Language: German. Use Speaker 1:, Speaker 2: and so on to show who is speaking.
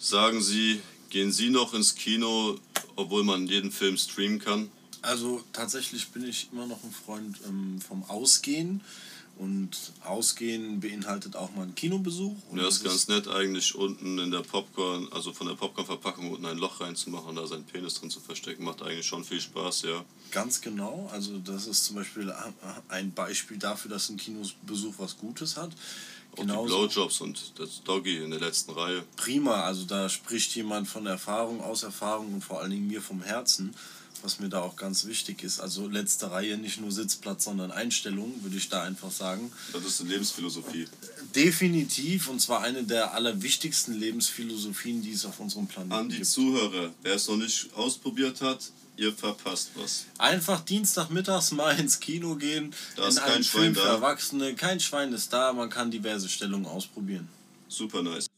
Speaker 1: Sagen Sie, gehen Sie noch ins Kino, obwohl man jeden Film streamen kann?
Speaker 2: Also tatsächlich bin ich immer noch ein Freund ähm, vom Ausgehen. Und Ausgehen beinhaltet auch mal einen Kinobesuch. Und
Speaker 1: Ja, ist ganz
Speaker 2: das
Speaker 1: nett eigentlich unten in der Popcorn, also von der Popcorn-Verpackung unten ein Loch reinzumachen und da seinen Penis drin zu verstecken, macht eigentlich schon viel Spaß, ja.
Speaker 2: Ganz genau. Also das ist zum Beispiel ein Beispiel dafür, dass ein Kinobesuch was Gutes hat.
Speaker 1: Auch
Speaker 2: Genau
Speaker 1: die Blowjobs und das Doggy in der letzten Reihe.
Speaker 2: prima. Also da spricht jemand von Erfahrung, aus Erfahrung und vor allen Dingen mir vom Herzen, was mir da auch ganz wichtig ist. Also letzte Reihe, nicht nur Sitzplatz, sondern Einstellung, würde ich da einfach sagen.
Speaker 1: Das ist eine Lebensphilosophie.
Speaker 2: Definitiv und zwar eine der allerwichtigsten Lebensphilosophien, die es auf unserem Planeten
Speaker 1: An die
Speaker 2: gibt.
Speaker 1: Zuhörer, wer es noch nicht ausprobiert hat, ihr verpasst was.
Speaker 2: Einfach Dienstagmittags mal ins Kino gehen,
Speaker 1: Da
Speaker 2: in
Speaker 1: ist kein
Speaker 2: einen
Speaker 1: Schwein
Speaker 2: Film für
Speaker 1: da.
Speaker 2: Erwachsene, kein Schwein ist da, man kann diverse Stellungen ausprobieren.
Speaker 1: Super nice.